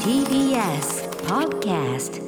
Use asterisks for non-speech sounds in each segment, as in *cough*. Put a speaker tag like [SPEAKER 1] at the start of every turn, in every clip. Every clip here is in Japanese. [SPEAKER 1] TBS Podcast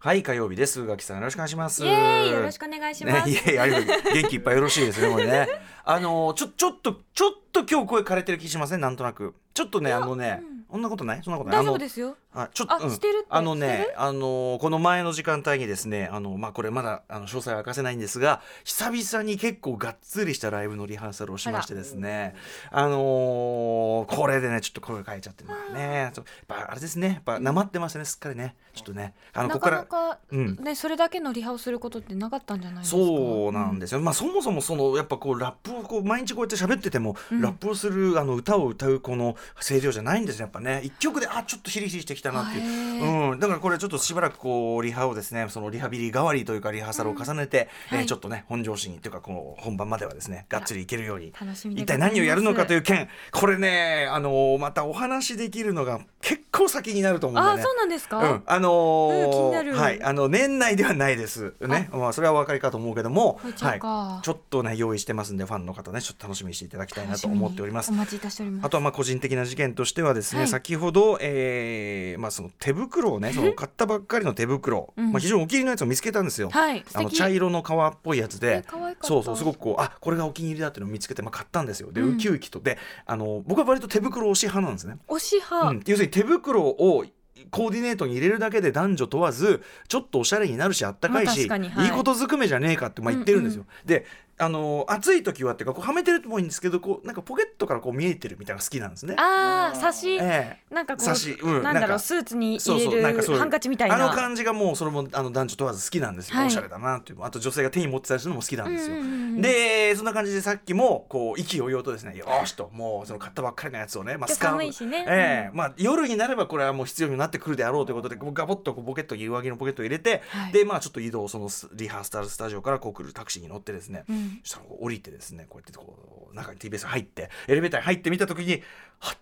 [SPEAKER 2] はい、火曜日です。宇垣さん、よろしくお願いします。
[SPEAKER 3] イエーイよろしくお願いします。
[SPEAKER 2] ね、いえいえ、ありがとう元気いっぱいよろしいですね、これ
[SPEAKER 3] *laughs*
[SPEAKER 2] ね。あの、ちょ、ちょっと、ちょっと今日声枯れてる気しません、なんとなく。ちょっとね、あのね、そんなことないそんなことない。
[SPEAKER 3] 大丈夫
[SPEAKER 2] す。
[SPEAKER 3] ですよ。
[SPEAKER 2] あちょっと
[SPEAKER 3] あ
[SPEAKER 2] うん
[SPEAKER 3] してるって
[SPEAKER 2] あの
[SPEAKER 3] して
[SPEAKER 2] ね
[SPEAKER 3] る
[SPEAKER 2] あのこの前の時間帯にですねあのまあこれまだあの詳細は明かせないんですが久々に結構がっつりしたライブのリハーサルをしましてですねあのーこれでねちょっと声が変えちゃってまあねそうやっぱあれですねやっぱなまってましたねすっかりねちょっとねあの
[SPEAKER 3] な
[SPEAKER 2] ここか
[SPEAKER 3] からなか、
[SPEAKER 2] うん
[SPEAKER 3] ねそれだけのリハをすることってなかったんじゃないですか。
[SPEAKER 2] そうなんですよ、まあそもそもそのやっぱこうラップをこう毎日こうやって喋ってても、ラップをするあの歌を歌うこの声量じゃないんですねやっぱね一曲であちょっとヒリヒリしてきたなって
[SPEAKER 3] あ
[SPEAKER 2] い
[SPEAKER 3] へ
[SPEAKER 2] う、うん、だからこれちょっとしばらくこうリハをですねそのリハビリ代わりというかリハーサルを重ねて、
[SPEAKER 3] うんは
[SPEAKER 2] えー
[SPEAKER 3] い
[SPEAKER 2] ちょっとね本上司にというかこう本番まではですねがっつりいけるように
[SPEAKER 3] 楽しみで
[SPEAKER 2] 一
[SPEAKER 3] ご
[SPEAKER 2] 体
[SPEAKER 3] ざいます
[SPEAKER 2] 何をやるのかという件これねあのーまたお話しできるのが結構先になると思うんだ
[SPEAKER 3] あ
[SPEAKER 2] よ
[SPEAKER 3] あ
[SPEAKER 2] ね。
[SPEAKER 3] そうなんですか。
[SPEAKER 2] うん、あのー
[SPEAKER 3] うん気になる
[SPEAKER 2] はい、あの年内ではないですね。まあそれはお分かりかと思うけども、
[SPEAKER 3] これちゃ
[SPEAKER 2] は
[SPEAKER 3] う
[SPEAKER 2] い、
[SPEAKER 3] か
[SPEAKER 2] ちょっとね用意してますんでファンの方ねちょっと楽しみにしていただきたいなと思っております
[SPEAKER 3] お。待ちいたしております。
[SPEAKER 2] あとはまあ個人的な事件としてはですね、
[SPEAKER 3] はい
[SPEAKER 2] 先ほど、えーまあ、その手袋をねその買ったばっかりの手袋、
[SPEAKER 3] うん
[SPEAKER 2] まあ、非常にお気に入りのやつを見つけたんですよ。
[SPEAKER 3] はい素
[SPEAKER 2] あの
[SPEAKER 3] 敵。
[SPEAKER 2] 茶色の革っぽいやつで
[SPEAKER 3] え、可愛かった
[SPEAKER 2] そうそうすごくこうあこれがお気に入りだっていうのを見つけて、まあ、買ったんですよで
[SPEAKER 3] うん
[SPEAKER 2] ウキウキとであの僕は割と手袋推し派なんですね。
[SPEAKER 3] 推し派、
[SPEAKER 2] うん、要するに手袋をコーディネートに入れるだけで男女問わずちょっとおしゃれになるしあったかい
[SPEAKER 3] まあ
[SPEAKER 2] し、
[SPEAKER 3] 確かに
[SPEAKER 2] い
[SPEAKER 3] はい
[SPEAKER 2] いことずくめじゃねえかって、まあ、言ってるんですよ。であの暑い時はっていうかこうはめてるともいいんですけどこうなんかポケットからこう見えてるみたいなのが好きなんですね。
[SPEAKER 3] ああ差し、
[SPEAKER 2] ええ
[SPEAKER 3] なんかこ
[SPEAKER 2] 差し
[SPEAKER 3] う、
[SPEAKER 2] うん
[SPEAKER 3] なんだ
[SPEAKER 2] な
[SPEAKER 3] ろ
[SPEAKER 2] んか
[SPEAKER 3] うスーツに
[SPEAKER 2] そう
[SPEAKER 3] 入
[SPEAKER 2] そう
[SPEAKER 3] れる
[SPEAKER 2] なんかそういう
[SPEAKER 3] ハンカチみたいな。
[SPEAKER 2] あの感じがもうそれもあの男女問わず好きなんですよ、
[SPEAKER 3] はい
[SPEAKER 2] おしゃれだなっていうあと女性が手に持ってたりするのも好きなんですよ、
[SPEAKER 3] うんうんうんうん
[SPEAKER 2] でそんな感じでさっきもこう意気揚々とですねよーしともうその買ったばっかりのやつをね、まあ、
[SPEAKER 3] 今日
[SPEAKER 2] スカーフ
[SPEAKER 3] 寒いしね
[SPEAKER 2] ええ
[SPEAKER 3] う
[SPEAKER 2] まあ、夜になればこれはもう必要になってくるであろうということでこうガボッとこうポケットに上着のポケットを入れて、
[SPEAKER 3] はい
[SPEAKER 2] でまあちょっと移動そのスリハーサルスタジオからこう来るタクシーに乗ってですね、
[SPEAKER 3] うん
[SPEAKER 2] そしたらこう降りてですねこうやってこう中に TBS 入ってエレベーターに入ってみた時にはっ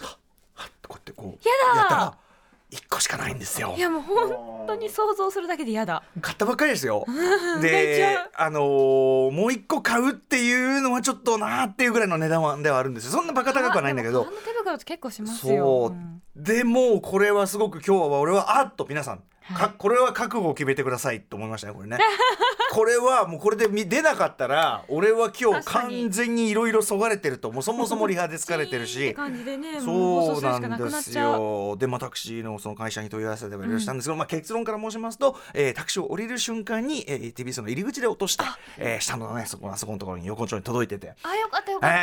[SPEAKER 2] はっはっとこうやってこう
[SPEAKER 3] やだー
[SPEAKER 2] ったら1個しかないんですよ
[SPEAKER 3] い。やもう本当に想像するだけで嫌だ。
[SPEAKER 2] 買ったばっかりです
[SPEAKER 3] *laughs*
[SPEAKER 2] よ。
[SPEAKER 3] 泣いち
[SPEAKER 2] で
[SPEAKER 3] ゃう、
[SPEAKER 2] あのーもう1個買うっていうのはちょっとなーっていうぐらいの値段はではあるんですよ。そんなバカ高くはないんだけど
[SPEAKER 3] あ。の手袋って結構しますよ。
[SPEAKER 2] そう、
[SPEAKER 3] ん
[SPEAKER 2] でもこれはすごく今日は俺はあっと皆さん、
[SPEAKER 3] は
[SPEAKER 2] かこれは覚悟を決めてくださいと思いましたねこれね *laughs* これはもうこれで見出なかったら俺は今日
[SPEAKER 3] 確かに
[SPEAKER 2] 完全にいろいろそがれてるともうそもそもリハで疲れてる
[SPEAKER 3] *laughs* チーンっ
[SPEAKER 2] し
[SPEAKER 3] て感じでね、もう
[SPEAKER 2] そ
[SPEAKER 3] 放送
[SPEAKER 2] う
[SPEAKER 3] する
[SPEAKER 2] な
[SPEAKER 3] しかなんく
[SPEAKER 2] で
[SPEAKER 3] なっ
[SPEAKER 2] す
[SPEAKER 3] ちゃう。
[SPEAKER 2] よでまあタクシーのその会社に問い合わせてもいろいろしたんですけど、まあ、結論から申しますと、えータクシーを降りる瞬間に、えー、TBS の入り口で落として、えー下のねそこあそこのところに横丁に届いてて、
[SPEAKER 3] あ、よかったよ
[SPEAKER 2] え
[SPEAKER 3] かった。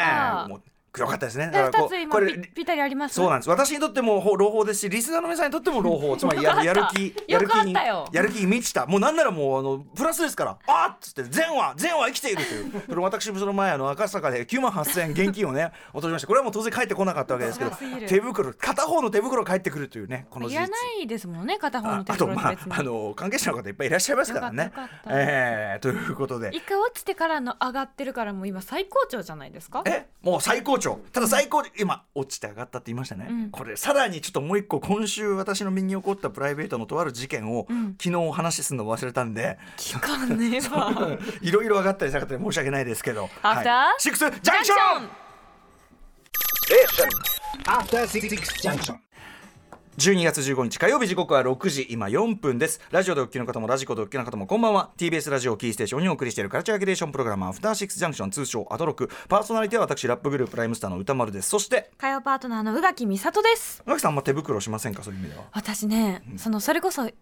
[SPEAKER 2] ー、もうよかったですねだ
[SPEAKER 3] だか
[SPEAKER 2] からら
[SPEAKER 3] 二
[SPEAKER 2] こ
[SPEAKER 3] つ
[SPEAKER 2] う
[SPEAKER 3] 今
[SPEAKER 2] こ
[SPEAKER 3] ぴ
[SPEAKER 2] れ
[SPEAKER 3] ぴったりあります。
[SPEAKER 2] そうなんです私にとってもほ朗報ですしリスナーの皆さんにとっても朗
[SPEAKER 3] *laughs*
[SPEAKER 2] 報つまりややる気やる気に
[SPEAKER 3] よかったよ
[SPEAKER 2] やる気に満ちたもうなんならもうあのプラスですからあっつって善は善は生きているというそれ私もその前あの赤坂で9万8000円現金をね落としましたこれはもう当然帰ってこなかったわけですけど
[SPEAKER 3] うわすぎる
[SPEAKER 2] 手袋片方の手袋返ってくるというねこの
[SPEAKER 3] い
[SPEAKER 2] 事実
[SPEAKER 3] らないですもんね、片方
[SPEAKER 2] あ
[SPEAKER 3] の手
[SPEAKER 2] あと
[SPEAKER 3] 袋って
[SPEAKER 2] まあ
[SPEAKER 3] 別に。
[SPEAKER 2] あの関係者の方いっぱいいらっしゃいますからね
[SPEAKER 3] よかったよかった
[SPEAKER 2] ええということで
[SPEAKER 3] 一回落ちてからの上がってるからもう今最高潮じゃないですか。
[SPEAKER 2] えもう最高潮ただ最高今落ちて上がったって言いましたね、
[SPEAKER 3] うん
[SPEAKER 2] これさらにちょっともう一個今週私の身に起こったプライベートのとある事件を、
[SPEAKER 3] うん
[SPEAKER 2] 昨日お話しするの忘れたんで
[SPEAKER 3] 聞かねえわ。
[SPEAKER 2] *laughs* いろいろ上がったり下がったり申し訳ないですけど
[SPEAKER 3] アフター
[SPEAKER 2] はい、シックスジャンクション
[SPEAKER 4] After Six Junction.
[SPEAKER 2] 12月15日火曜日時刻は6時今4分ですラジオでお聞きの方もラジコでお聞きの方もこんばんは TBS ラジオをキーステーションにお送りしているカルチャーキュレーションプログラムアフターシックスジャンクション通称アトロクパーソナリティは私ラップグループライムスターの歌丸ですそして
[SPEAKER 3] 火曜パートナーの宇垣美里です。
[SPEAKER 2] 野木さんあんま手袋しませんかそういう意味では
[SPEAKER 3] 私ね、そのそれこそ。い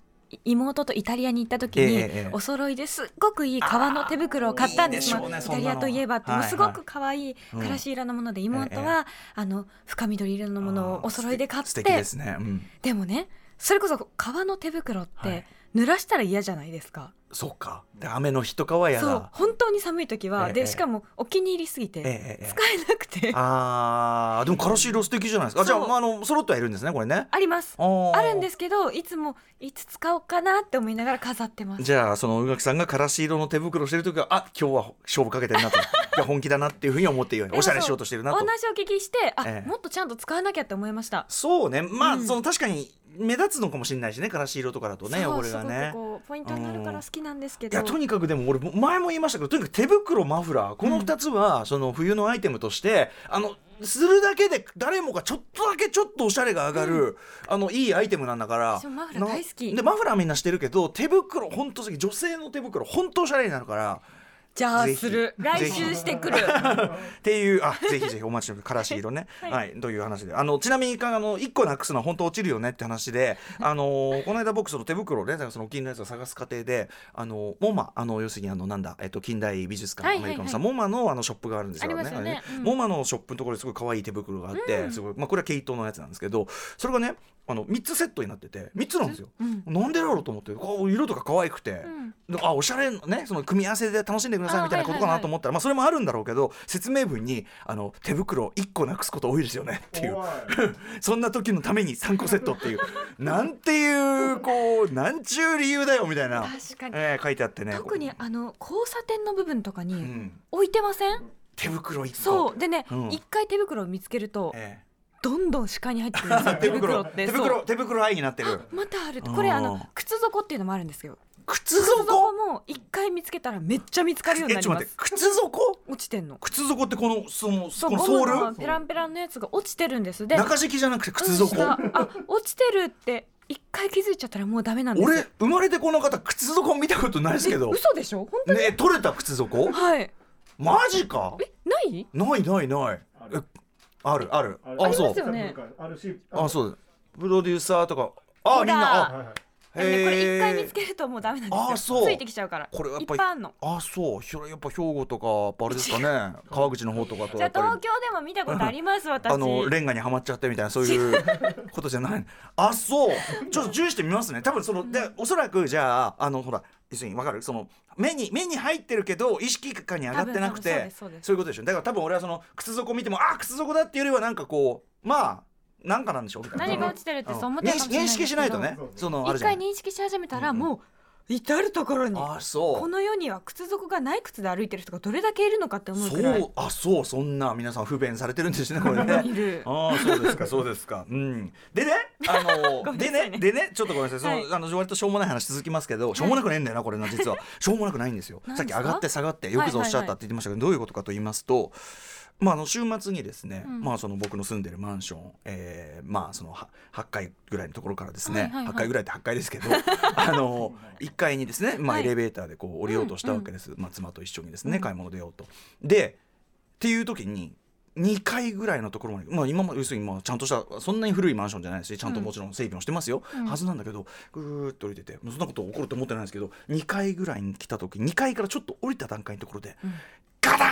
[SPEAKER 3] 妹とイタリアに行った時
[SPEAKER 2] ええ
[SPEAKER 3] に、
[SPEAKER 2] ええ
[SPEAKER 3] お揃いですっごくいい革の手袋を買ったんです
[SPEAKER 2] あーいいでしょうね
[SPEAKER 3] イタリアといえばって、
[SPEAKER 2] そんなの
[SPEAKER 3] もうすごく可愛いからし色のもので、妹は、あの深緑色のものをお揃いで買っ
[SPEAKER 2] 素敵で
[SPEAKER 3] て
[SPEAKER 2] すね、うん、
[SPEAKER 3] でもねそれこそ革の手袋っ
[SPEAKER 2] はい
[SPEAKER 3] て濡らしたら嫌じゃないですか、
[SPEAKER 2] そうかで雨の日とかはやだ
[SPEAKER 3] そう本当に寒い時
[SPEAKER 2] え
[SPEAKER 3] は、
[SPEAKER 2] えええ
[SPEAKER 3] でしかもお気に入りすぎて、
[SPEAKER 2] ええええ
[SPEAKER 3] 使えなくてあ
[SPEAKER 2] あーでもからし色素敵じゃないですかあじゃあ,、
[SPEAKER 3] そう
[SPEAKER 2] まあ、あの揃ってはいるんですねこれね
[SPEAKER 3] ります
[SPEAKER 2] あー
[SPEAKER 3] あるんですけどいつもいつ使おうかなって思いながら飾ってます
[SPEAKER 2] じゃあその宇垣さんがからし色の手袋をしてる時はあ今日は勝負かけてる
[SPEAKER 3] *laughs*
[SPEAKER 2] なといや本気だなっていうふうに思っているようにおしゃれしようとしてるなと
[SPEAKER 3] お話をお聞きしてあ、
[SPEAKER 2] ええ
[SPEAKER 3] もっとちゃんと使わなきゃって思いました
[SPEAKER 2] そうねまあ、
[SPEAKER 3] うん
[SPEAKER 2] その確かに目立つのかもしれないしねからし色とかだとね
[SPEAKER 3] そう
[SPEAKER 2] 汚れがね
[SPEAKER 3] すごくこうポイントになるから好きなんですけ
[SPEAKER 2] い
[SPEAKER 3] ど、
[SPEAKER 2] やとにかくでも俺前も言いましたけどとにかく手袋マフラーこの2つはその冬のアイテムとして、あのするだけで誰もがちょっとだけちょっとおしゃれが上がる、あのいいアイテムなんだから
[SPEAKER 3] 私もマフラー大好き
[SPEAKER 2] なでマフラーみんなしてるけど手袋本当女性の手袋本当おしゃれになるから
[SPEAKER 3] じゃあ
[SPEAKER 2] ぜひ
[SPEAKER 3] する来週してくる
[SPEAKER 2] っていうあぜひぜひお待ちしておりますからし
[SPEAKER 3] *laughs*
[SPEAKER 2] 色ね、はいという話であのちなみにあの1個なくすのは本当落ちるよねって話で、あのーこの間僕その手袋をねその近代のやつを探す過程であのモマあの要するにあのなんだ、えっと、近代美術館、
[SPEAKER 3] はいはいはい
[SPEAKER 2] アメリカのさモマのあのショップがあるんですよ
[SPEAKER 3] ありますよね
[SPEAKER 2] あれ
[SPEAKER 3] うん
[SPEAKER 2] モマのショップのところですごい可愛い手袋があって、すごいまあ、これは毛糸のやつなんですけどそれがねあの3つセットになってて3つなんですよ。
[SPEAKER 3] うん
[SPEAKER 2] なんでだろうと思ってこう色とか可愛くて、あおしゃれなねその組み合わせで楽しんでください
[SPEAKER 3] あ
[SPEAKER 2] みたいなことか
[SPEAKER 3] はいはいは
[SPEAKER 2] ないと思ったら、まあ、それもあるんだろうけど説明文にあの手袋1個なくすこと多いですよねっていう *laughs* そんな時のために3個セットっていうなんていうこうなんちゅう理由だよみたいな、
[SPEAKER 3] 確かに
[SPEAKER 2] えー書いてあってね
[SPEAKER 3] 特にあの交差点の部分とか
[SPEAKER 2] う
[SPEAKER 3] に
[SPEAKER 2] ん、
[SPEAKER 3] 置いてません、
[SPEAKER 2] 手袋1個
[SPEAKER 3] そうでね一、
[SPEAKER 2] うん
[SPEAKER 3] 回手袋を見つけると、
[SPEAKER 2] え
[SPEAKER 3] どんどん視界に入ってくるんですよ
[SPEAKER 2] ー *laughs* 手袋
[SPEAKER 3] って
[SPEAKER 2] 手
[SPEAKER 3] そう
[SPEAKER 2] 袋手袋愛になってる
[SPEAKER 3] またある
[SPEAKER 2] うん
[SPEAKER 3] これあの靴底っていうのもあるんですよ
[SPEAKER 2] 靴
[SPEAKER 3] 靴底
[SPEAKER 2] 底
[SPEAKER 3] も一回見つけたらめっちゃ見つかるように
[SPEAKER 2] え
[SPEAKER 3] な
[SPEAKER 2] ち
[SPEAKER 3] り
[SPEAKER 2] ょっ
[SPEAKER 3] ま
[SPEAKER 2] と待って
[SPEAKER 3] す
[SPEAKER 2] 靴底
[SPEAKER 3] 落ちてんの
[SPEAKER 2] 靴底ってこのその
[SPEAKER 3] そ
[SPEAKER 2] こ
[SPEAKER 3] う
[SPEAKER 2] の
[SPEAKER 3] ゴ
[SPEAKER 2] ソ
[SPEAKER 3] ムの
[SPEAKER 2] ー
[SPEAKER 3] ペ
[SPEAKER 2] ル
[SPEAKER 3] ランペランのやつが落ちてるんですで
[SPEAKER 2] 中敷きじゃなくて靴底、
[SPEAKER 3] うん下あ落ちてるって一回気づいちゃったらもうダメなんですよ
[SPEAKER 2] 俺生まれてこの方靴底見たことないですけど
[SPEAKER 3] え嘘でしょ本当に、
[SPEAKER 2] ね取れた靴底
[SPEAKER 3] はい
[SPEAKER 2] マジか
[SPEAKER 3] えない
[SPEAKER 2] ないないないえあるあるあ
[SPEAKER 3] あり
[SPEAKER 2] そ
[SPEAKER 3] ま
[SPEAKER 2] う
[SPEAKER 3] すよね
[SPEAKER 1] あるし、
[SPEAKER 2] あそうプロデューサーとかあ
[SPEAKER 3] ほら
[SPEAKER 2] みんなあ
[SPEAKER 1] はいはい
[SPEAKER 3] でもねこれ一回見
[SPEAKER 2] へ
[SPEAKER 3] つけるともうダメなんですよ
[SPEAKER 2] あそう
[SPEAKER 3] ついてきちゃうから
[SPEAKER 2] これやっ
[SPEAKER 3] いっ
[SPEAKER 2] ぱ
[SPEAKER 3] ぱ
[SPEAKER 2] り
[SPEAKER 3] いあんの
[SPEAKER 2] あそうひょやっぱ兵庫とかやっぱあれですか
[SPEAKER 3] *laughs*
[SPEAKER 2] ね川口の方とかと
[SPEAKER 3] じゃ
[SPEAKER 2] や
[SPEAKER 3] あ
[SPEAKER 2] っぱ
[SPEAKER 3] 東
[SPEAKER 2] り
[SPEAKER 3] 京でも見たことあります私
[SPEAKER 2] あのレンガにはまっちゃってみたいなそういう *laughs* ことじゃないあそうちょっと注意してみますね多分そのでおそらくじゃああのほら要するにわかるその目に目に入ってるけど意識下に上がってなくて
[SPEAKER 3] 多分多分そうですそうです
[SPEAKER 2] そういうことでしょだから多分俺はその靴底見てもあ靴底だっていうよりはなんかこうまあなんかなんでしょうみたいな
[SPEAKER 3] 何が落ちてるってそう思ってる
[SPEAKER 2] 認
[SPEAKER 3] かも
[SPEAKER 2] 識
[SPEAKER 3] しれない
[SPEAKER 2] 認識しないとね
[SPEAKER 1] そうそう
[SPEAKER 2] そのある
[SPEAKER 3] 一
[SPEAKER 2] じゃ
[SPEAKER 3] 回
[SPEAKER 2] ん
[SPEAKER 3] 認識し始めたらもう至る所に
[SPEAKER 2] あ
[SPEAKER 3] こ
[SPEAKER 2] そう
[SPEAKER 3] の世には靴底がない靴で歩いてる人がどれだけいるのかって思う
[SPEAKER 2] そ
[SPEAKER 3] くらいう
[SPEAKER 2] あそうそんな皆さん不便されてるんですねこれ
[SPEAKER 3] い
[SPEAKER 2] ね
[SPEAKER 3] る
[SPEAKER 2] ああそうですかそうですかうんでねあ
[SPEAKER 3] *laughs* ご
[SPEAKER 2] の
[SPEAKER 3] めんな
[SPEAKER 2] で
[SPEAKER 3] さ
[SPEAKER 2] ね
[SPEAKER 3] いね
[SPEAKER 2] でねちょっとごめんなさいその、
[SPEAKER 3] は
[SPEAKER 2] あの割としょうもない話続きますけどしょうもなくないんだよなこれな実はしょうもなくないんですよ
[SPEAKER 3] 何
[SPEAKER 2] さ
[SPEAKER 3] で
[SPEAKER 2] っ
[SPEAKER 3] す
[SPEAKER 2] き
[SPEAKER 3] か
[SPEAKER 2] 上がって下がってよくぞおっしゃったって言ってましたけど、どういうことかと言いますとまあ、あの週末にですね、
[SPEAKER 3] うん
[SPEAKER 2] まあ、その僕の住んでるマンション、えーまあ、そのは8階ぐらいのところからですね、
[SPEAKER 3] はいはいはい
[SPEAKER 2] 8階ぐらいって8階ですけ
[SPEAKER 3] *laughs*
[SPEAKER 2] どあの1階にですね、まあ、
[SPEAKER 3] は
[SPEAKER 2] エ
[SPEAKER 3] い
[SPEAKER 2] レベーターでこう降りようとしたわけです、まあ、妻と一緒にですね、買い物出ようと。でっていう時に2階ぐらいのところまで、まあ、今も要するにまあちゃんとしたそんなに古いマンションじゃないしちゃんともちろん整備もしてますよ、
[SPEAKER 3] ん
[SPEAKER 2] はずなんだけどぐーっと降りててそんなこと起こると思ってないんですけど2階ぐらいに来た時2階からちょっと降りた段階のところで、ガターン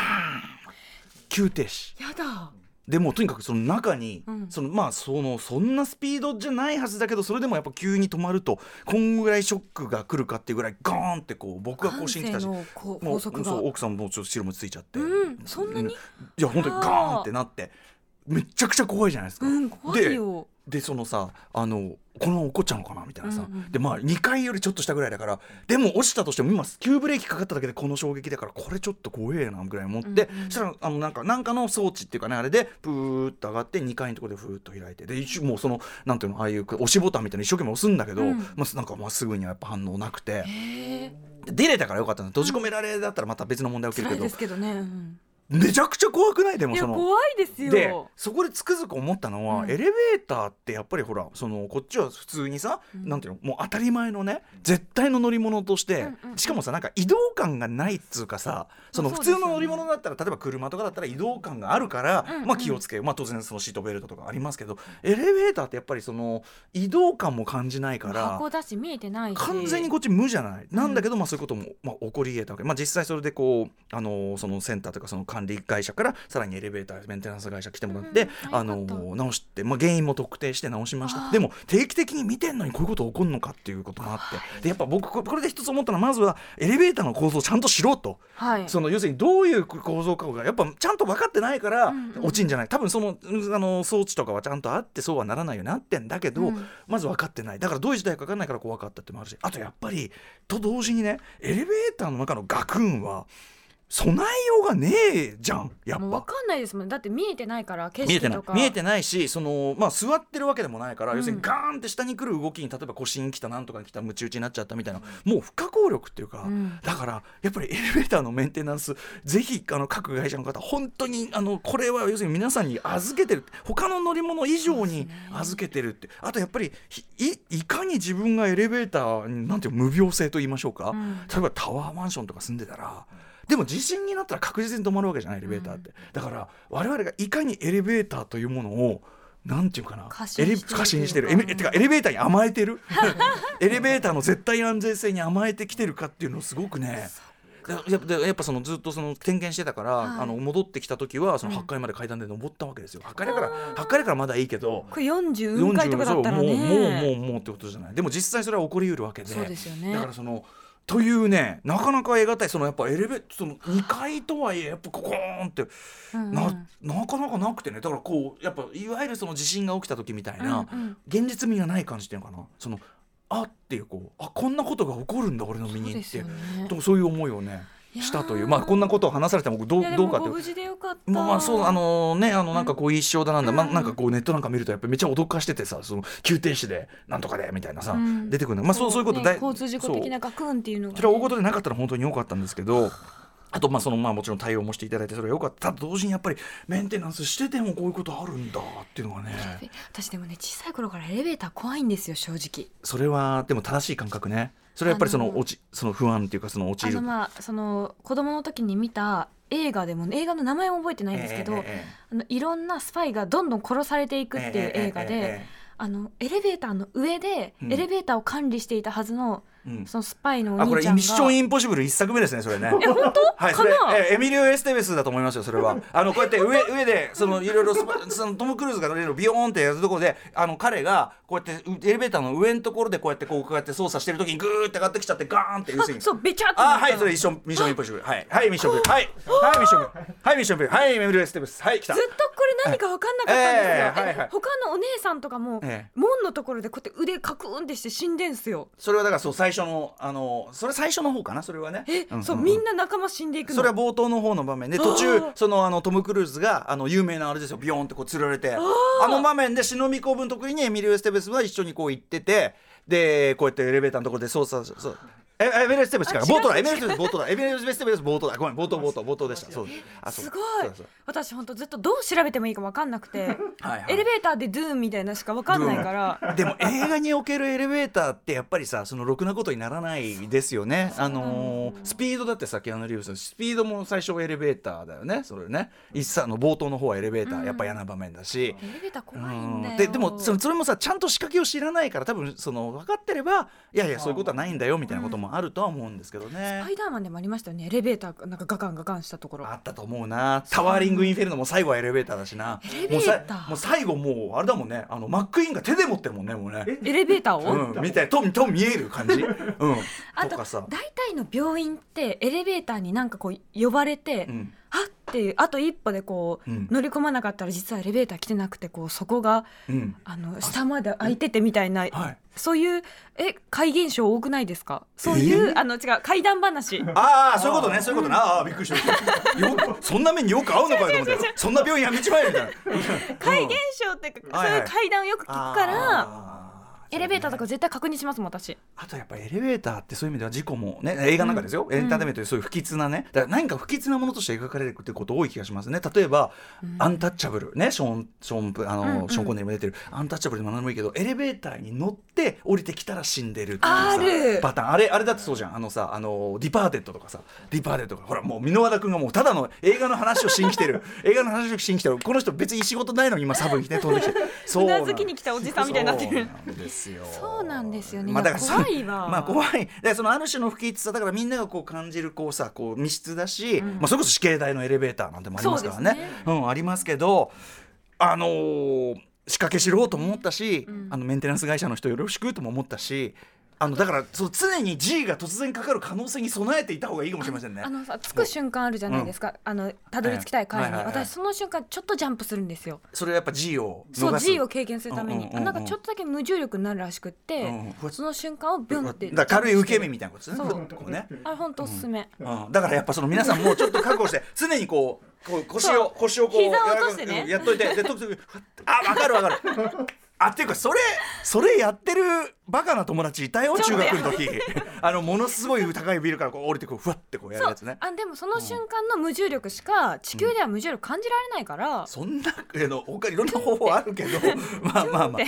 [SPEAKER 2] 急停止。
[SPEAKER 3] やだ
[SPEAKER 2] でもうとにかくその中に、
[SPEAKER 3] うん
[SPEAKER 2] そのまあそのそんなスピードじゃないはずだけどそれでもやっぱ急に止まるとこんぐらいショックが来るかっていうぐらいガーンってこう僕がこうしに来たし
[SPEAKER 3] 感性のこう
[SPEAKER 2] も
[SPEAKER 3] 法
[SPEAKER 2] う
[SPEAKER 3] 則が
[SPEAKER 2] そう奥さんもちょっと白もついちゃって、
[SPEAKER 3] うんそんなに
[SPEAKER 2] いや本当にガーンってなってめちゃくちゃ怖いじゃないですか。
[SPEAKER 3] うん怖いよ
[SPEAKER 2] ででそのさあのこのまま怒っちゃうのかなみたいなさ、
[SPEAKER 3] うんうん
[SPEAKER 2] でまあ2階よりちょっとしたぐらいだからでも落ちたとしても今急ブレーキかかっただけでこの衝撃だからこれちょっと怖えなぐらい思って、
[SPEAKER 3] うんうん
[SPEAKER 2] そしたらあのなんかなんかの装置っていうかねあれでプーッと上がって2階のところでふーっと開いてで一応もうそのなんていうのああいう押しボタンみたいなの一生懸命押すんだけど、
[SPEAKER 3] うん
[SPEAKER 2] まあ、なんかまあすぐにはやっぱ反応なくて
[SPEAKER 3] へえ
[SPEAKER 2] 出れたからよかったの閉じ込められだったらまた別の問題起きるけ
[SPEAKER 3] 辛い
[SPEAKER 2] ど、
[SPEAKER 3] ですけどねうん
[SPEAKER 2] めちゃくちゃ怖くないでも
[SPEAKER 3] いや
[SPEAKER 2] その。
[SPEAKER 3] 怖いです
[SPEAKER 2] で
[SPEAKER 3] よ
[SPEAKER 2] そこでつくづく思ったのは、
[SPEAKER 3] うん
[SPEAKER 2] エレベーターってやっぱりほらそのこっちは普通にさ、
[SPEAKER 3] うん
[SPEAKER 2] なんていうのもう当たり前のね絶対の乗り物として、
[SPEAKER 3] うんうんうん
[SPEAKER 2] しかもさなんか移動感がないっつうかさその
[SPEAKER 3] まあ
[SPEAKER 2] 普
[SPEAKER 3] そう
[SPEAKER 2] 通
[SPEAKER 3] ですよ
[SPEAKER 2] の
[SPEAKER 3] ね
[SPEAKER 2] 乗り物だったら、例えば車とかだったら移動感があるから、
[SPEAKER 3] うんうん
[SPEAKER 2] まあ、気をつけよう、まあ、当然そのシートベルトとかありますけどエレベーターってやっぱりその移動感も感じないから。
[SPEAKER 3] 箱だし見えてないし
[SPEAKER 2] 完全にこっち無じゃない、なんだけど、まあ、そういうことも、まあ、起こり得たわけ、まあ、実際それでこう、あのーそのセンターというかその管理会社からさらにエレベーターメンテナンス会社来てもらって、
[SPEAKER 3] うん
[SPEAKER 2] あの
[SPEAKER 3] よか
[SPEAKER 2] ー直して、まあ、原因も特定して直しまし
[SPEAKER 3] あ
[SPEAKER 2] た
[SPEAKER 3] ー
[SPEAKER 2] でも定期的に見てんのにこういうこと起こるのかっていうこともあってでやっぱ僕ここれで一つ思ったのはまずはエレベーターの構造をちゃんとしろと。
[SPEAKER 3] はい
[SPEAKER 2] その要するにどういう構造かがやっぱちゃんと分かってないから
[SPEAKER 3] うんうん
[SPEAKER 2] 落ちんじゃない、多分そのうんあの装置とかはちゃんとあってそうはならないようになってんだけど、
[SPEAKER 3] うん
[SPEAKER 2] まず分かってないだからどういう時代か分かんないから怖かったってのもあるしあとやっぱりと同時にねエレベーターの中のガクンは備えようがねえじゃんやっ
[SPEAKER 3] もう
[SPEAKER 2] ぱ
[SPEAKER 3] 分かんないですもんだって見えてないから景
[SPEAKER 2] 見えてな
[SPEAKER 3] 色
[SPEAKER 2] い
[SPEAKER 3] とか
[SPEAKER 2] 見えてないしその、まあ、座ってるわけでもないから、
[SPEAKER 3] うん
[SPEAKER 2] 要するにガーンって下に来る動きに例えば腰に来たなんとかに来たムチ打ちになっちゃったみたいなもう不可抗力っていうか、
[SPEAKER 3] うん
[SPEAKER 2] だからやっぱりエレベーターのメンテナンスぜひあの各会社の方本当にあのこれは要するに皆さんに預けてる他の乗り物以上に預けてるって、あとやっぱりひいいかに自分がエレベーターになんていう無病性と言いましょうか、
[SPEAKER 3] うん
[SPEAKER 2] 例えばタワーマンションとか住んでたら。でも地震になったら確実に止まるわけじゃないエレベーターって、だから我々がいかにエレベーターというものをなんていうかな
[SPEAKER 3] 過信してる
[SPEAKER 2] エレ過信してる
[SPEAKER 3] という
[SPEAKER 2] エ
[SPEAKER 3] か
[SPEAKER 2] レてかエレベーターに甘えて
[SPEAKER 3] *laughs*
[SPEAKER 2] るエレベーターの絶対安全性に甘えてきてるかっていうのをすごくねだやっぱやっぱそのずっとその点検してたから、
[SPEAKER 3] はい
[SPEAKER 2] あの戻ってきた時はその
[SPEAKER 3] うん
[SPEAKER 2] 8階まで階段で登ったわけですよ8階だから8階だからまだいいけど
[SPEAKER 3] これ40雲海とかだったらね
[SPEAKER 2] 40そうもうもうもうもうってことじゃないでも実際それは起こりうるわけで
[SPEAKER 3] そうですよね
[SPEAKER 2] だからそのというねなかなか得難いそのやっぱエレベーその2階とはいえやっぱココーンって
[SPEAKER 3] うんうん
[SPEAKER 2] ななかなかなくてねだからこうやっぱいわゆるその地震が起きた時みたいな、
[SPEAKER 3] うんうん
[SPEAKER 2] 現実味がない感じっていうのかなそのあっていうこうあこんなことが起こるんだ俺の身
[SPEAKER 3] そう
[SPEAKER 2] に
[SPEAKER 3] で
[SPEAKER 2] っ
[SPEAKER 3] す
[SPEAKER 2] て
[SPEAKER 3] よね
[SPEAKER 2] でもそういう思いをね
[SPEAKER 3] いやー
[SPEAKER 2] したというまあこんなことを話されてもどう
[SPEAKER 3] いやで
[SPEAKER 2] ど
[SPEAKER 3] も
[SPEAKER 2] うかって
[SPEAKER 3] ご無事でよかった
[SPEAKER 2] まあまあそうあのねあのなんかこう一生だなんだ、
[SPEAKER 3] うん
[SPEAKER 2] まあなんかこうネットなんか見るとやっぱめっちゃ脅かしててさその急停止でなんとかでみたいなさ、
[SPEAKER 3] うん
[SPEAKER 2] 出てくるのまあそうそういうこと
[SPEAKER 3] ね
[SPEAKER 2] だい
[SPEAKER 3] 交通事故的なガクンっていうのがね
[SPEAKER 2] それは大事でなかったら本当に良かったんですけど。あとまあそのまあもちろん対応もしていただいてそれは良かったただ同時にやっぱりメンテナンスしててもこういうことあるんだっていうのがね
[SPEAKER 3] 私でもね小さい頃からエレベーター怖いんですよ正直
[SPEAKER 2] それはでも正しい感覚ねそれはやっぱりそ
[SPEAKER 3] あ
[SPEAKER 2] の
[SPEAKER 3] の
[SPEAKER 2] 落ちその不安っていうかその陥
[SPEAKER 3] あ
[SPEAKER 2] る
[SPEAKER 3] のまあその子供の時に見た映画でも映画の名前も覚えてないんですけど、
[SPEAKER 2] えええ
[SPEAKER 3] あのいろんなスパイがどんどん殺されていく
[SPEAKER 2] え
[SPEAKER 3] っていう映画で、
[SPEAKER 2] ええ
[SPEAKER 3] あのエレベーターの上で
[SPEAKER 2] うん
[SPEAKER 3] エレベーターを管理していたはずの、
[SPEAKER 2] えええうん
[SPEAKER 3] そのスパイのお
[SPEAKER 2] あこ
[SPEAKER 3] 兄
[SPEAKER 2] れ「
[SPEAKER 3] ちゃ
[SPEAKER 2] ミ
[SPEAKER 3] ん
[SPEAKER 2] ッ
[SPEAKER 3] が
[SPEAKER 2] ションインポッシブル」一作目ですねそれね。え本当 *laughs* はいそれ
[SPEAKER 3] かな
[SPEAKER 2] えエミリオ・エステベスだと思いますよそれは。あのこうやって上上でそのいろいろスパそのトム・クルーズが乗れるビヨーンってやるところであの彼がこうやってうエレベーターの上のところでこうやってこうこうやって操作してる時にグーって上がってきちゃってガーンって要するに。
[SPEAKER 3] そうべちゃっとな
[SPEAKER 2] あ
[SPEAKER 3] った
[SPEAKER 2] は
[SPEAKER 3] の
[SPEAKER 2] いそれ一緒ミッションインポッシブルはいはいミッションインポッシブルはいはいミッションインポッシブルはいミッションインポッシブルはいエミリオ・エステベスはい来た
[SPEAKER 3] ずっとこれ何か分かんなかったんですよ、
[SPEAKER 2] ええはいはい
[SPEAKER 3] え他のお姉さんとかも、
[SPEAKER 2] ええ
[SPEAKER 3] 門のところでこうやって腕カクーンってして死んでんすよ
[SPEAKER 2] それはだからそう最初のあのそれ最初の方かなそれはね
[SPEAKER 3] え、
[SPEAKER 2] んんん
[SPEAKER 3] そうみんな仲間死んでいくの
[SPEAKER 2] それは冒頭の方の場面で途
[SPEAKER 3] あ
[SPEAKER 2] 中
[SPEAKER 3] ー
[SPEAKER 2] そのあのトム・クルーズがあの有名なあれですよビヨーンってこう釣られてあの場面で忍び込む得意にエミリオ・エステベスは一緒にこう行っててでこうやってエレベーターのところで操作そうえエミリオ・エステベスから
[SPEAKER 3] あ
[SPEAKER 2] 冒頭
[SPEAKER 3] 違
[SPEAKER 2] だ
[SPEAKER 3] う
[SPEAKER 2] エミリオ・エステベス冒頭だエミリオ・エステベス冒頭だごめん冒頭冒頭冒頭でしたそうあそう
[SPEAKER 3] すごい
[SPEAKER 2] そうそう
[SPEAKER 3] 私本当ずっとどう調べてもいいか分かんなくて
[SPEAKER 2] *laughs* はいはい
[SPEAKER 3] エレベーターで「ドゥーン」みたいなしか分かんないか
[SPEAKER 2] *laughs*
[SPEAKER 3] ら
[SPEAKER 2] でも映画におけるエレベーターってやっぱりさそのろくなことにならないですよね。あのースピードだってさキアヌ・リーブスのスピードも最初エレベーターだよねそれね一さの冒頭の方はエレベーター、やっぱ嫌な場面だし。
[SPEAKER 3] エレベーター怖
[SPEAKER 2] う
[SPEAKER 3] いんだ
[SPEAKER 2] ん
[SPEAKER 3] よ
[SPEAKER 2] ででもそそれもさちゃんと仕掛けを知らないから多分その分かってればいやいやそういうことはないんだよみたいなこともあるとは思うんですけどね
[SPEAKER 3] スパ。イダーマンでもありましたよねエレベーターなんかガカンガカンしたところ
[SPEAKER 2] あったと思うなタワーリングインフェルノも最後はエレベーターだしな
[SPEAKER 3] エレベーター
[SPEAKER 2] もうさもう最後もうあれだもんねあのマックイーンが手で持ってるもんねもうね
[SPEAKER 3] エレベーターを、
[SPEAKER 2] うん、みたいとと見える
[SPEAKER 3] *laughs*
[SPEAKER 2] 感じ、うん、
[SPEAKER 3] あ
[SPEAKER 2] と
[SPEAKER 3] と
[SPEAKER 2] かさ、
[SPEAKER 3] 大体の病院ってエレベーターになんかこう呼ばれて、
[SPEAKER 2] うん、
[SPEAKER 3] あっていうあと一歩でこう、
[SPEAKER 2] うん
[SPEAKER 3] 乗り込まなかったら実はエレベーター来てなくてこうそこが
[SPEAKER 2] うん、
[SPEAKER 3] あの下まで開いててみたいな、
[SPEAKER 2] はい。
[SPEAKER 3] そういうえ怪現象多くないですかそういう、あの違う怪談話
[SPEAKER 2] ああそういうことねそういうことな、ああびっくりしたよくそんな目によく合うのかよと思
[SPEAKER 3] *laughs*
[SPEAKER 2] ってそんな病院やめちまえみたいな
[SPEAKER 3] 怪現象っていうか、
[SPEAKER 2] はいはい
[SPEAKER 3] そういう怪談をよく聞くから
[SPEAKER 2] あ
[SPEAKER 3] エレベーターとか絶対確認しますもん私
[SPEAKER 2] あとやっぱエレベーターってそういう意味では事故もね映画なんかですよ、
[SPEAKER 3] うん
[SPEAKER 2] エンターテインメントでそういう不吉なねだから何か不吉なものとして描かれるってこと多い気がしますね例えば、アンタッチャブルねショーンショーンプあの、
[SPEAKER 3] うんうん
[SPEAKER 2] ショーンコネリも出てるアンタッチャブルでも何でもいいけどエレベーターに乗って降りてきたら死んでるっていうさ
[SPEAKER 3] ある
[SPEAKER 2] パターンあれあれだってそうじゃんあのさあのディパーテッドとかさディパーテッドとかほらもう箕輪田君がもうただの映画の話をしに来て
[SPEAKER 3] *laughs*
[SPEAKER 2] る映画の話をしに来てるこの人別に仕事ないのに今サブにね飛ん
[SPEAKER 3] *laughs*
[SPEAKER 2] できてそうな
[SPEAKER 3] なんずきに来たおじさんみたいになってる
[SPEAKER 2] そうなんですよ
[SPEAKER 3] そうなんですよね
[SPEAKER 2] まあ、だから
[SPEAKER 3] いや怖いわ
[SPEAKER 2] *laughs* まあ怖いでそのある種の不吉さだからみんながこう感じるこうさこう密室だし、
[SPEAKER 3] ん
[SPEAKER 2] まあ、それこそ死刑台のエレベーターなんてもありますからね
[SPEAKER 3] そうですね
[SPEAKER 2] うん、ありますけどあのー仕掛けしろうとも思ったし、
[SPEAKER 3] うん
[SPEAKER 2] あのメンテナンス会社の人よろしくとも思ったしあのだからそう常に G が突然かかる可能性に備えていた方がいいかもしれませんね
[SPEAKER 3] あ。のさ着く瞬間あるじゃないですか、あのたどり着きたい階に、
[SPEAKER 2] はいはいはいはい
[SPEAKER 3] 私その瞬間ちょっとジャンプするんですよ
[SPEAKER 2] それはやっぱ G を逃す
[SPEAKER 3] そう G を経験するため
[SPEAKER 2] うん
[SPEAKER 3] に、
[SPEAKER 2] うんうんうん
[SPEAKER 3] なんかちょっとだけ無重力になるらしくって、
[SPEAKER 2] うんうん
[SPEAKER 3] その瞬間をビュンって
[SPEAKER 2] だから軽い受け身みたいなことですね。
[SPEAKER 3] そう
[SPEAKER 2] こうね。
[SPEAKER 3] あれ本当おすすめ、
[SPEAKER 2] うんだからやっぱその皆さんもうちょっと覚悟
[SPEAKER 3] *laughs*
[SPEAKER 2] して常にこうこう腰を腰をこう
[SPEAKER 3] 膝を落としてね
[SPEAKER 2] うんやっといてでととあわかるわかる。あっていうかそれそれやってるバカな友達いたよ
[SPEAKER 3] ち
[SPEAKER 2] 中
[SPEAKER 3] ょっと
[SPEAKER 2] 学
[SPEAKER 3] やめて
[SPEAKER 2] の時あのものすごい高いビルからこう降りてこうふわってこうやる
[SPEAKER 3] そ
[SPEAKER 2] や
[SPEAKER 3] う
[SPEAKER 2] つね
[SPEAKER 3] あでもその瞬間の無重力しか地球では無重力感じられないから、
[SPEAKER 2] そんなけど他いろんな方法あるけ
[SPEAKER 3] *laughs*
[SPEAKER 2] どまあまあまあ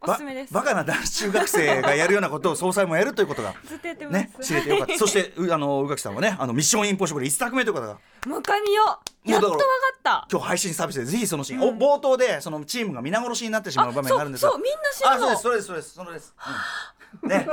[SPEAKER 3] おすすめです
[SPEAKER 2] バカな男子中学生がやるようなことを総裁もやるということが
[SPEAKER 3] ずっとやってます、
[SPEAKER 2] ね知れてよかったそしてうあの宇垣さんはねあのミッションインポッシブル一作目ということが
[SPEAKER 3] もう一回見よう
[SPEAKER 2] も
[SPEAKER 3] や
[SPEAKER 2] うだ
[SPEAKER 3] っ
[SPEAKER 2] か
[SPEAKER 3] と
[SPEAKER 2] ら
[SPEAKER 3] わかった
[SPEAKER 2] 今日配信サービスでぜひそのシーン、
[SPEAKER 3] うん
[SPEAKER 2] お冒頭でそのチームが皆殺しになってしまう場面があるんですが
[SPEAKER 3] そうそうみんな知ら
[SPEAKER 2] あそう
[SPEAKER 3] な
[SPEAKER 2] で
[SPEAKER 3] い
[SPEAKER 2] すそれですそれですそれです、
[SPEAKER 3] *laughs*
[SPEAKER 2] うん、ね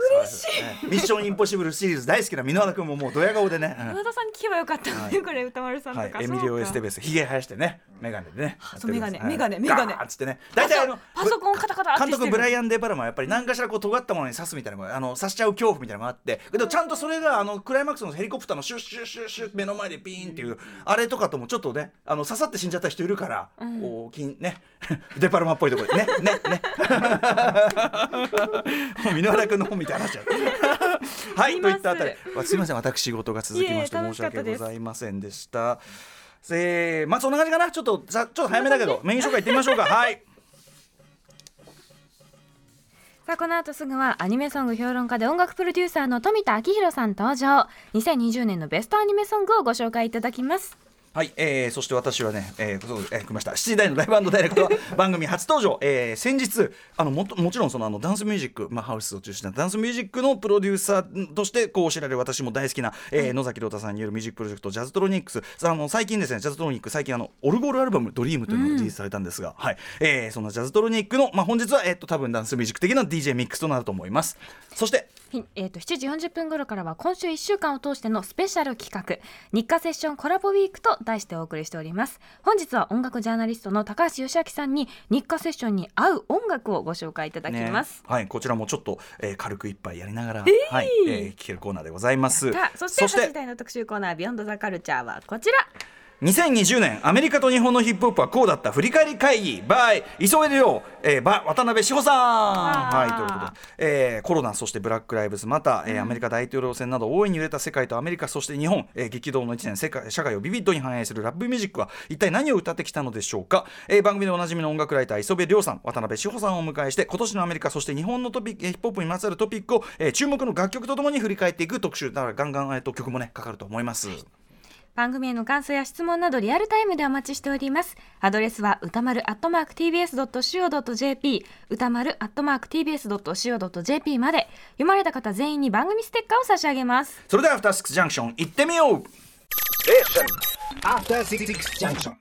[SPEAKER 2] 嬉しい、ねミッションインポッシブルシリーズ大好きな箕輪田君ももうドヤ顔でね、
[SPEAKER 3] *laughs*
[SPEAKER 2] うん
[SPEAKER 3] 野田さんに聞けばよかったのね、
[SPEAKER 2] はい
[SPEAKER 3] これ歌丸さんと
[SPEAKER 2] は
[SPEAKER 3] か、
[SPEAKER 2] い、エミリオ・エステ
[SPEAKER 3] ベ
[SPEAKER 2] ベスひげ生やしてね眼鏡でね
[SPEAKER 3] そう
[SPEAKER 2] やってるんです
[SPEAKER 3] メガネメガネメガネ
[SPEAKER 2] ガーッつってね大体あの
[SPEAKER 3] パソコンカタカタってして
[SPEAKER 2] 監
[SPEAKER 3] る
[SPEAKER 2] 督ブライアン・デ・パルマはやっぱり何かしらこう尖ったものに刺すみたいなあの刺しちゃう恐怖みたいなのがあってけどちゃんとそれがあのクライマックスのヘリコプターのシュッシュッシュッシュッ目の前でピーンっていうあれとかともちょっとねあの刺さって死んじゃった人いるから、こうきんね *laughs* デ・パルマっぽいところでねね
[SPEAKER 3] *laughs*
[SPEAKER 2] ねもう箕原君の本みたいになっちゃうはい
[SPEAKER 3] い
[SPEAKER 2] と
[SPEAKER 3] ます
[SPEAKER 2] いったあたりわすみません私仕事が続きまして
[SPEAKER 3] いえい
[SPEAKER 2] 申
[SPEAKER 3] え楽
[SPEAKER 2] し
[SPEAKER 3] しかっ
[SPEAKER 2] 訳
[SPEAKER 3] た
[SPEAKER 2] ご
[SPEAKER 3] です
[SPEAKER 2] ざいませんでした。えー、まあそんな感じかなちょっとざちょっと早めだけどメイン紹介いってみましょうかはい
[SPEAKER 3] さあこの後すぐはアニメソング評論家で音楽プロデューサーの富田明宏さん登場2020年のベストアニメソングをご紹介いただきます
[SPEAKER 2] はい、えー、そして私はね、えー、そうえー、来ました。7時台のライブダイレク *laughs* トは番組初登場。えー、先日、あのもともちろんそのあのダンスミュージック、まあハウスを中心なダンスミュージックのプロデューサーとしてこう知られる私も大好きな、えー、野崎亮太さんによるミュージックプロジェクトジャズトロニックス。あの最近ですね、ジャズトロニック最近あのオルゴールアルバムドリームというのがリリースされたんですが、はい、えー、そのジャズトロニックのまあ本日はえっ、と多分ダンスミュージック的な DJ ミックスとなると思います。そして
[SPEAKER 3] ひえー、と7時40分頃からは今週1週間を通してのスペシャル企画日課セッションコラボウィークと題してお送りしております本日は音楽ジャーナリストの高橋義明さんに日課セッションに合う音楽をご紹介いただきます、
[SPEAKER 2] ねはい、こちらもちょっと、えー、軽く一杯やりながら、はい、えー、聞けるコーナーでございます
[SPEAKER 3] さあ。そして8時台の特集コーナー「ビヨンドザカルチャーはこちら
[SPEAKER 2] 2020年アメリカと日本のヒップホップはこうだった振り返り会議 by 磯江亮、えー、by 渡辺志保さんはいということで、えーコロナそしてブラック・ライブズまた、えーアメリカ大統領選など大いに揺れた世界とアメリカそして日本、えー激動の1年世界社会をビビッドに反映するラップミュージックは一体何を歌ってきたのでしょうか、えー番組でおなじみの音楽ライター磯部亮さん渡辺志保さんをお迎えして今年のアメリカそして日本のトピック、えーヒップホップにまつわるトピックを、えー注目の楽曲とともに振り返っていく特集だからガンガン、えーと曲もねかかると思います。
[SPEAKER 3] 番組への感想や質問などリアルタイムでお待ちしております。アドレスは歌丸 @tbs.co.jp 歌丸 @tbs.co.jp まで読まれた方全員に番組ステッカーを差し上げます。
[SPEAKER 2] それではアフターシックスジャンクション行ってみよう
[SPEAKER 4] After Six Junction.